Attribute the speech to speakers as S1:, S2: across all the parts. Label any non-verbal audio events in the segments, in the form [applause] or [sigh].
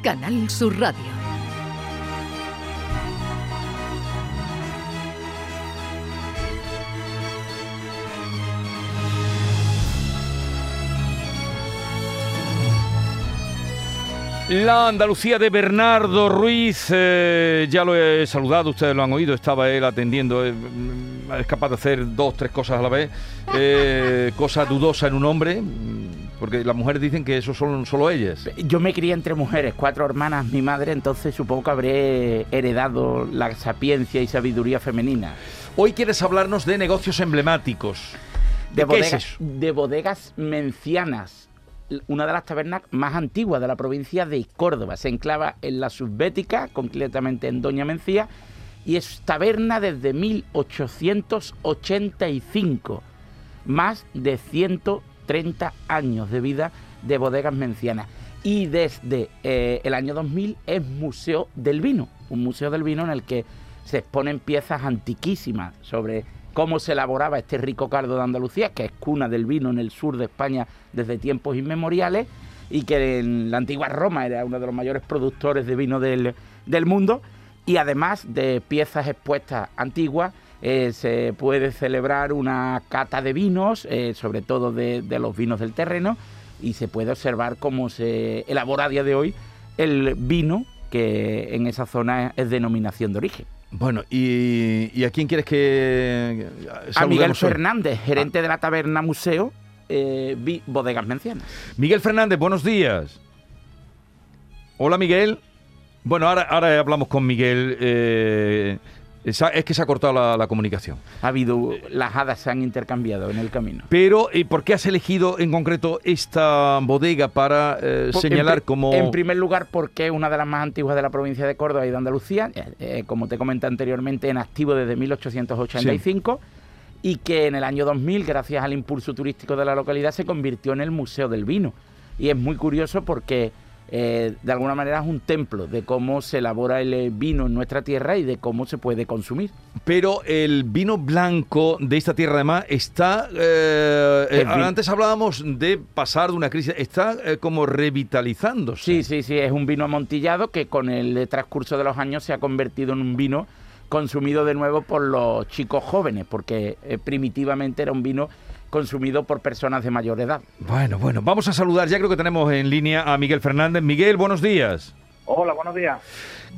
S1: Canal Sur Radio.
S2: La Andalucía de Bernardo Ruiz, eh, ya lo he saludado, ustedes lo han oído, estaba él atendiendo, eh, es capaz de hacer dos, tres cosas a la vez,
S3: [laughs]
S2: eh, cosa dudosa en un hombre, mm, porque las mujeres dicen que eso son solo ellas.
S3: Yo me crié entre mujeres, cuatro hermanas, mi madre, entonces supongo que habré heredado la sapiencia y sabiduría femenina.
S2: Hoy quieres hablarnos de negocios emblemáticos. ¿De
S3: De,
S2: qué es
S3: bodegas,
S2: eso?
S3: de bodegas mencianas, una de las tabernas más antiguas de la provincia de Córdoba. Se enclava en la subbética, concretamente en Doña Mencía, y es taberna desde 1885. Más de 130 años de vida de bodegas mencianas. Y desde eh, el año 2000 es Museo del Vino, un museo del vino en el que se exponen piezas antiquísimas sobre cómo se elaboraba este rico cardo de Andalucía, que es cuna del vino en el sur de España desde tiempos inmemoriales y que en la antigua Roma era uno de los mayores productores de vino del, del mundo. Y además de piezas expuestas antiguas, eh, se puede celebrar una cata de vinos, eh, sobre todo de, de los vinos del terreno, y se puede observar cómo se elabora a día de hoy el vino que en esa zona es denominación de origen.
S2: Bueno, ¿y, y a quién quieres que eh,
S3: a Miguel
S2: saludemos hoy?
S3: Fernández, gerente de la taberna Museo eh, vi- Bodegas Mencianas.
S2: Miguel Fernández, buenos días. Hola Miguel. Bueno, ahora, ahora hablamos con Miguel. eh, esa- es que se ha cortado la, la comunicación.
S3: Ha habido, las hadas se han intercambiado en el camino.
S2: Pero, eh, ¿por qué has elegido en concreto esta bodega para eh,
S3: Por- en
S2: señalar
S3: pri-
S2: como...
S3: En primer lugar, porque es una de las más antiguas de la provincia de Córdoba y de Andalucía, eh, eh, como te comenté anteriormente, en activo desde 1885, y que en el año 2000, gracias al impulso turístico de la localidad, se convirtió en el Museo del Vino. Y es muy curioso porque, eh, de alguna manera, es un templo de cómo se elabora el eh, vino en nuestra tierra y de cómo se puede consumir.
S2: Pero el vino blanco de esta tierra además está... eh,
S3: El
S2: eh,
S3: vin-
S2: antes hablábamos de pasar de una crisis. Está eh, como revitalizándose.
S3: Sí, sí, sí, es un vino amontillado que con el transcurso de los años se ha convertido en un vino consumido de nuevo por los chicos jóvenes, porque eh, primitivamente era un vino consumido por personas de mayor edad.
S2: Bueno, bueno, vamos a saludar, ya creo que tenemos en línea a Miguel Fernández. Miguel, buenos días.
S4: Hola, buenos días.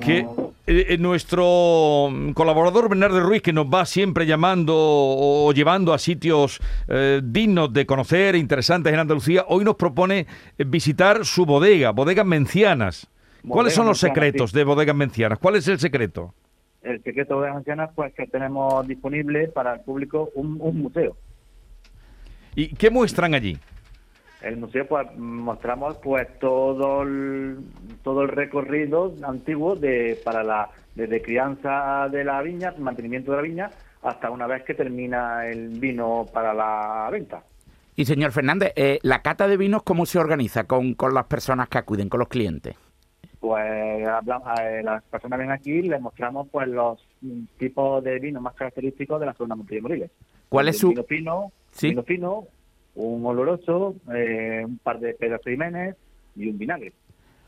S2: Que eh, eh, nuestro mm, colaborador Bernardo Ruiz, que nos va siempre llamando o, o llevando a sitios eh, dignos de conocer, interesantes en Andalucía, hoy nos propone eh, visitar su bodega, Bodegas Mencianas. ¿Cuáles
S4: Bodegas
S2: son los
S4: Mencianas,
S2: secretos de Bodegas Mencianas? ¿Cuál es el secreto?
S4: El secreto de Ancianas, pues que tenemos disponible para el público un, un museo.
S2: ¿Y qué muestran allí?
S4: El museo, pues mostramos pues todo el, todo el recorrido antiguo de para la desde crianza de la viña, mantenimiento de la viña, hasta una vez que termina el vino para la venta.
S3: Y señor Fernández, eh, la cata de vinos, ¿cómo se organiza con, con las personas que acuden, con los clientes?
S4: Pues habla- eh, las personas vienen aquí y les mostramos pues los mm, tipos de vino más característicos de la zona de Montilla y Moriles.
S3: ¿Cuál es
S4: El
S3: su-
S4: Vino fino,
S3: Sí.
S4: vino fino, un oloroso, eh, un par de pedazos de Jiménez y un vinagre.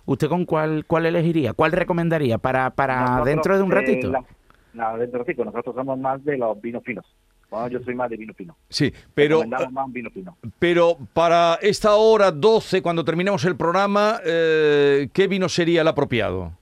S3: ¿Usted con cuál, cuál elegiría? ¿Cuál recomendaría para, para
S4: Nosotros,
S3: Ah, dentro de un
S4: eh,
S3: ratito?
S4: la- la- dentro de un ratito. Nosotros somos más de los vinos finos. Bueno, yo soy más de vino fino.
S2: Sí, pero,
S3: ah,
S2: eh,
S4: Recomendamos más un vino fino.
S2: pero para esta hora 12, cuando terminemos el programa, eh, ¿qué vino sería el apropiado?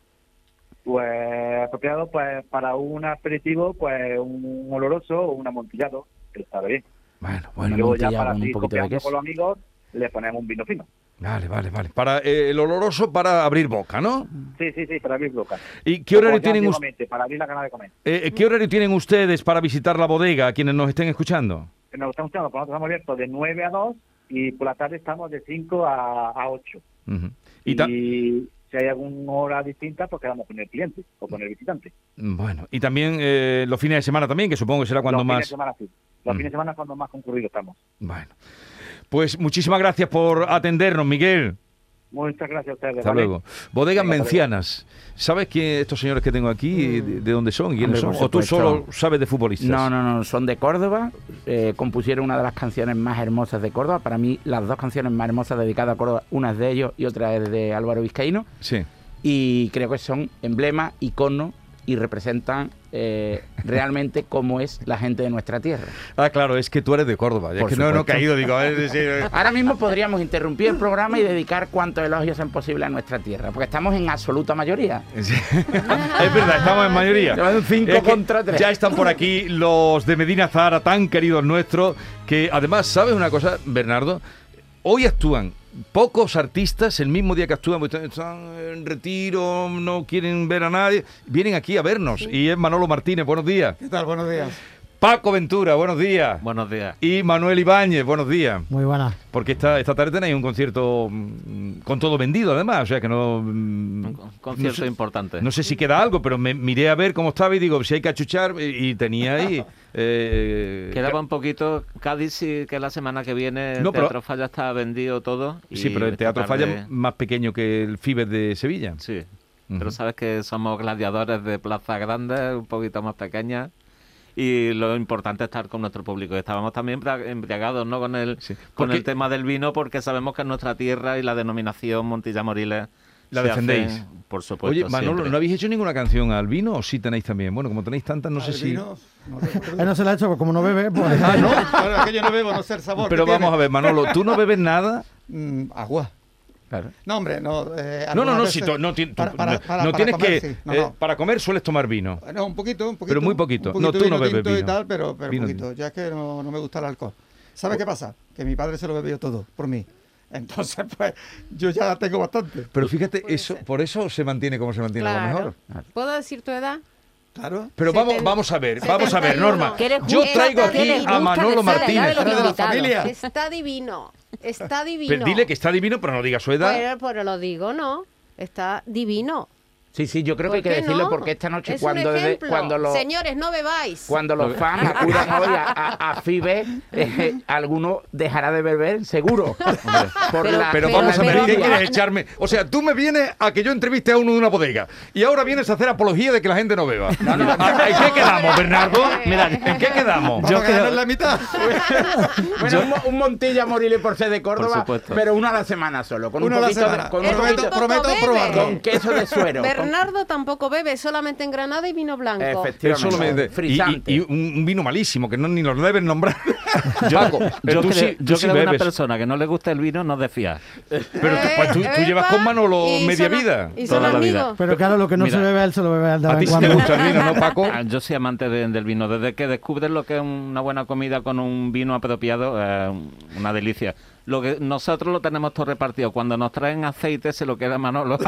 S4: Pues apropiado pues para un aperitivo, pues un oloroso o un amontillado, que está bien.
S2: Bueno,
S3: Un
S2: bueno.
S4: y luego ya
S3: amontillado
S4: para
S3: con un
S4: seguir
S3: poquito de
S4: copiando
S3: queso.
S4: con los amigos, le ponemos un vino fino.
S2: Vale, vale, vale. Para eh, el oloroso para abrir boca, ¿no?
S4: Sí, sí, sí, para abrir boca.
S2: ¿Y qué horario,
S4: Como ya
S2: tienen us-
S4: antiguamente, Para abrir la gana de comer.
S2: eh, qué horario tienen ustedes para visitar la bodega, quienes nos estén escuchando?
S4: Nos estamos escuchando, pues nosotros estamos abiertos de 9 a 2 y por la tarde estamos de 5 a, a 8.
S2: Ujú.
S4: Y,
S2: Y ta-
S4: y, si hay alguna hora distinta, pues quedamos con el cliente o con el visitante.
S2: Bueno, y también eh, los fines de semana también, que supongo que será cuando
S4: Los fines
S2: más...
S4: de semana sí. Los
S2: Mm.
S4: fines de semana es cuando más concurridos estamos.
S2: Bueno. Pues muchísimas gracias por atendernos, Miguel.
S4: Muchas gracias a ustedes.
S2: Hasta
S4: ¿vale?
S2: luego. Bodegas
S4: Venga, hasta
S2: Mencianas. ¿Sabes que estos señores que tengo aquí, de, de dónde son y quiénes son?
S3: Hombre, por
S2: ¿O tú solo
S3: supuesto.
S2: sabes de futbolistas?
S3: No, no, no, son de Córdoba. eh, compusieron una de las canciones más hermosas de Córdoba. Para mí, las dos canciones más hermosas dedicadas a Córdoba, una es de ellos y otra es de Álvaro Vizcaíno.
S2: Sí.
S3: Y creo que son emblemas, iconos y representan eh, realmente cómo es la gente de nuestra tierra.
S2: Ah, claro, es que tú eres de Córdoba. Es
S3: Por
S2: que no, no he
S3: supuesto.
S2: caído, digo. eh, a ver si-
S3: Ahora mismo podríamos interrumpir el programa y dedicar cuantos elogios sean posibles a nuestra tierra, porque estamos en absoluta mayoría.
S2: Sí. [laughs] es verdad, estamos en mayoría.
S3: Llevan cinco
S2: Es que
S3: contra tres.
S2: Ya están por aquí los de Medina Zahara, tan queridos nuestros, que además, ¿sabes una cosa, Bernardo? Hoy actúan pocos artistas el mismo día que actúan, porque están en retiro, no quieren ver a nadie, vienen aquí a vernos. Y es Manolo Martínez, buenos días.
S5: ¿Qué tal? Buenos días.
S2: Paco Ventura, buenos días.
S6: Buenos días.
S2: Y Manuel Ibáñez, buenos días.
S5: Muy buenas.
S2: Porque esta, esta tarde tenéis un concierto mm, con todo vendido, además. O sea que no. mm,
S6: Un con- concierto
S2: no sé-
S6: importante.
S2: no sé si queda algo, pero me miré a ver cómo estaba y digo, si hay que achuchar, y, y tenía
S6: [laughs]
S2: ahí. eh,
S6: Quedaba un poquito Cádiz, sí, que la semana que viene el
S2: No, pero-
S6: Teatro Falla está vendido todo. y
S2: Sí, pero el
S6: esta
S2: Teatro Falla
S6: tarde-
S2: es más pequeño que el Fibes de Sevilla.
S6: Sí,
S2: Ujú.
S6: pero sabes que somos gladiadores de plazas grandes, un poquito más pequeñas. Y lo importante es estar con nuestro público. Estábamos también embra- embriagados ¿no? con, el,
S2: Sí.
S6: con
S2: Porque-
S6: el tema del vino porque sabemos que es nuestra tierra y la denominación Montilla Moriles.
S2: ¿La
S6: se
S2: defendéis?
S6: hacen, por supuesto.
S2: Oye, Manolo,
S6: siempre.
S2: ¿no habéis hecho ninguna canción al vino o sí tenéis también? Bueno, como tenéis tantas, no sé
S5: [laughs]
S2: si.
S5: Él Ah, no se la ha hecho, porque como no bebe,
S7: [laughs]
S5: pues.
S2: Ah, no.
S7: Claro, es que yo no bebo, no sé el sabor.
S2: Pero
S7: que
S2: vamos
S7: tiene.
S2: a ver, Manolo, ¿tú no [laughs] bebes nada?
S7: Mm, agua.
S3: Claro.
S7: No, hombre, no. eh,
S2: No, no,
S7: algunas
S2: no,
S7: veces
S2: si tú- no, ti- tú-
S7: para- para-
S2: no-
S7: para-
S2: no
S7: para
S2: tienes
S7: comer,
S2: que.
S7: sí. No,
S2: eh,
S7: no.
S2: Para comer sueles tomar vino.
S7: No, un poquito, un poquito.
S2: muy poquito.
S7: un
S2: No, tú
S7: de
S2: no
S7: vino
S2: bebes
S7: tinto
S2: vino.
S7: Y tal, pero, pero
S2: Vino
S7: poquito. Ya es que no, no me gusta el alcohol. ¿Sabes qué pasa? Que mi padre se lo bebió todo, por mí. [laughs] Entonces, pues, yo ya tengo bastante.
S2: Pero fíjate,
S8: Puede
S2: eso,
S8: ser.
S2: por eso se mantiene como se mantiene a lo mejor.
S8: Claro. ¿Puedo decir tu edad?
S7: Claro.
S2: Pero vamos,
S8: Seten-
S2: vamos a ver, Eh, vamos a ver,
S8: 71.
S2: Norma.
S9: Que eres
S2: Yo
S9: justa,
S2: traigo
S9: que
S2: aquí
S9: eres
S2: a
S9: justa,
S2: Manolo
S9: que sea la edad
S2: Martínez.
S9: de los
S7: Pero de la
S9: invitados.
S7: familia.
S8: Está divino, está divino.
S2: Pero dile que está divino, pero no diga su edad.
S8: Pero, pero lo digo, no, está divino.
S3: Sí, sí, yo creo que hay que
S8: ¿Por qué
S3: decirlo
S8: no?
S3: porque esta noche
S8: Es
S3: cuando,
S8: un
S3: desde-
S8: ejemplo.
S3: cuando los
S8: Señores, no bebáis.
S3: cuando los fans acudan
S2: [laughs]
S3: hoy a, a, a FIBE, eh, alguno dejará de beber seguro. Por
S9: Pero-
S3: la-
S2: Pero
S3: por
S2: vamos
S3: la
S2: a ver,
S9: pero-
S2: ¿qué
S3: envidia.
S2: quieres echarme? O sea, tú me vienes a que yo entreviste a uno de una bodega y ahora vienes a hacer apología de que la gente no beba. Ah, ¿En qué quedamos,
S6: [laughs]
S2: Bernardo?
S6: Eh,
S2: Mira, ¿en qué quedamos?
S7: Vamos a quedarnos en
S2: [laughs]
S7: la mitad.
S3: Bueno, un, mo- un Montilla Moriles por ser de Córdoba,
S6: supuesto.
S3: pero uno a la semana solo, con
S7: Uno a
S3: un
S7: la
S3: poquito de,
S7: semana.
S3: con un
S8: El
S3: poquito-
S8: poquito
S7: prometo
S8: bebe.
S7: probarlo.
S3: con queso de suero. con-
S8: Bernardo tampoco bebe, solamente en Granada y vino blanco.
S2: Él
S3: Efectivamente.
S2: solo me dice- y,
S3: Frisante.
S2: y- y un un vino malísimo que no ni los deben nombrar. Paco,
S6: Yo
S2: tú
S6: creo,
S2: sí, tú
S6: yo
S2: sí
S6: creo que una
S2: bebes.
S6: persona que no le gusta el vino no desfía.
S2: Pero tú, pues, tú- tú
S8: Eh,
S2: llevas
S8: epa,
S2: con Manolo
S8: y
S2: media
S8: son-
S2: vida.
S8: Y son
S6: Toda la vida.
S8: amigos.
S5: Pero claro, lo que no
S6: Mira.
S5: se bebe, él se lo bebe al de
S2: A
S5: vez
S2: ti
S5: en
S2: sí te
S5: cuando.
S2: gusta el vino, ¿no,
S6: [laughs]
S2: Paco?
S6: Ah, Yo soy amante de- del vino. Desde que descubres lo que es una buena comida con un vino apropiado, eh, una delicia. Lo que nosotros lo tenemos todo repartido. Cuando nos traen aceite se lo queda Manolo.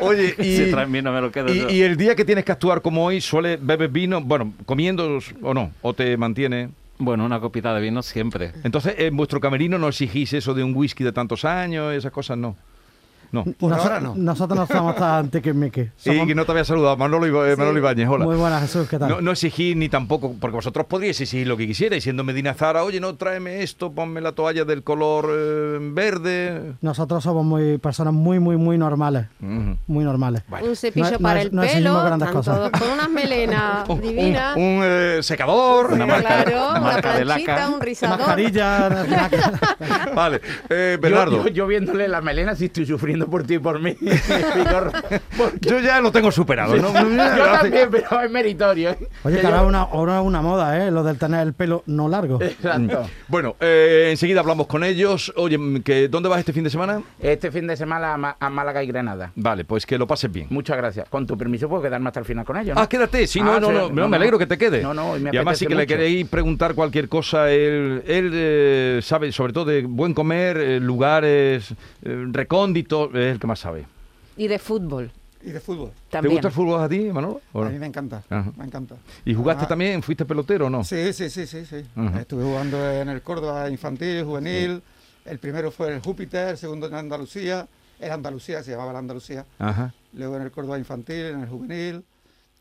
S2: Oye, y,
S6: [laughs] si traen vino me lo quedo
S2: y-
S6: yo.
S2: y el día que tienes que actuar como hoy, suele bebes vino, bueno, comiendo o no, o te mantienes.
S6: Bueno, una copita de vino siempre.
S2: Entonces, en vuestro camerino no exigís eso de un whisky de tantos años, esas cosas, no. No.
S7: Por
S5: Nos-
S7: ahora no.
S5: Nosotros no somos tan tiquismiquis.
S2: Y
S5: Mm, Somos-
S2: que no te había saludado, Manolo, Iba- eh, Manolo Ibáñez, hola.
S5: Muy buenas, Jesús, ¿qué tal?
S2: No, no exigís ni tampoco, porque vosotros podríais exigir lo que quisierais, siendo Medina Zara, oye, no, tráeme esto, ponme la toalla del color eh, verde.
S5: Nosotros somos muy personas muy, muy, muy normales.
S2: Mm.
S5: Muy normales.
S8: Un cepillo
S5: No- no
S8: para
S5: es-
S8: el
S5: no exigimos
S8: pelo,
S5: grandes
S8: están
S5: cosas.
S8: todos con unas
S2: [laughs]
S8: melenas
S2: Un,
S8: divinas.
S2: un- un, eh, secador, una marca.
S8: claro,
S6: una
S8: una,
S6: marca de
S8: planchita,
S6: laca.
S8: un
S5: [laughs]
S8: rizador.
S5: Mascarilla, la-
S2: Vale, eh,
S3: Yo-
S2: Bernardo.
S3: Yo, yo viéndole la melena si estoy sufriendo por ti y por mí. [laughs] Vigor, porque-
S2: Yo ya lo tengo superado, ¿no? [laughs]
S3: yo también, pero es meritorio. ¿eh?
S5: Oye,
S3: Que
S5: que
S3: yo-
S5: ahora es una, ahora es una moda, ¿eh? Lo del tener el pelo no largo.
S3: [laughs] Exacto.
S2: Bueno, eh, enseguida hablamos con ellos. Oye, que ¿dónde vas este fin de semana?
S3: Este fin de semana a, Ma- a Málaga y Granada.
S2: Vale, pues que lo pases bien.
S3: Muchas gracias. Con tu permiso puedo quedarme hasta el final con ellos. ¿no?
S2: Ah, quédate, sí, no,
S3: Ah,
S2: no,
S3: sí,
S2: no, no,
S3: no,
S2: me
S3: no.
S2: alegro que te quede.
S3: No, no, y me
S2: además,
S3: apetece
S2: sí que le
S3: mucho.
S2: queréis preguntar cualquier cosa, él, él, eh, sabe sobre todo de buen comer, eh, lugares eh, recónditos, es el que más sabe.
S9: Y de fútbol
S7: Y de fútbol.
S2: ¿Te
S9: también.
S2: gusta el fútbol a ti, Manolo? ¿O no?
S7: A mí me encanta.
S2: Ajá.
S7: Me encanta.
S2: ¿Y jugaste
S7: Ah,
S2: también? ¿Fuiste pelotero o no?
S7: Sí, sí, sí, sí. sí.
S2: Ajá.
S7: Estuve jugando en el Córdoba infantil, juvenil. El primero fue el Júpiter, el segundo en Andalucía. era Andalucía, se llamaba la Andalucía.
S2: Ajá.
S7: Luego en el Córdoba Infantil, en el Juvenil.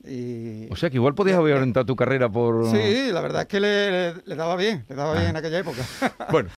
S7: Y...
S2: O sea que igual podías haber orientado tu carrera por...
S5: Ah.
S7: Sí, la verdad es que le, le- le daba bien, le daba bien en aquella época. [laughs]
S2: Bueno,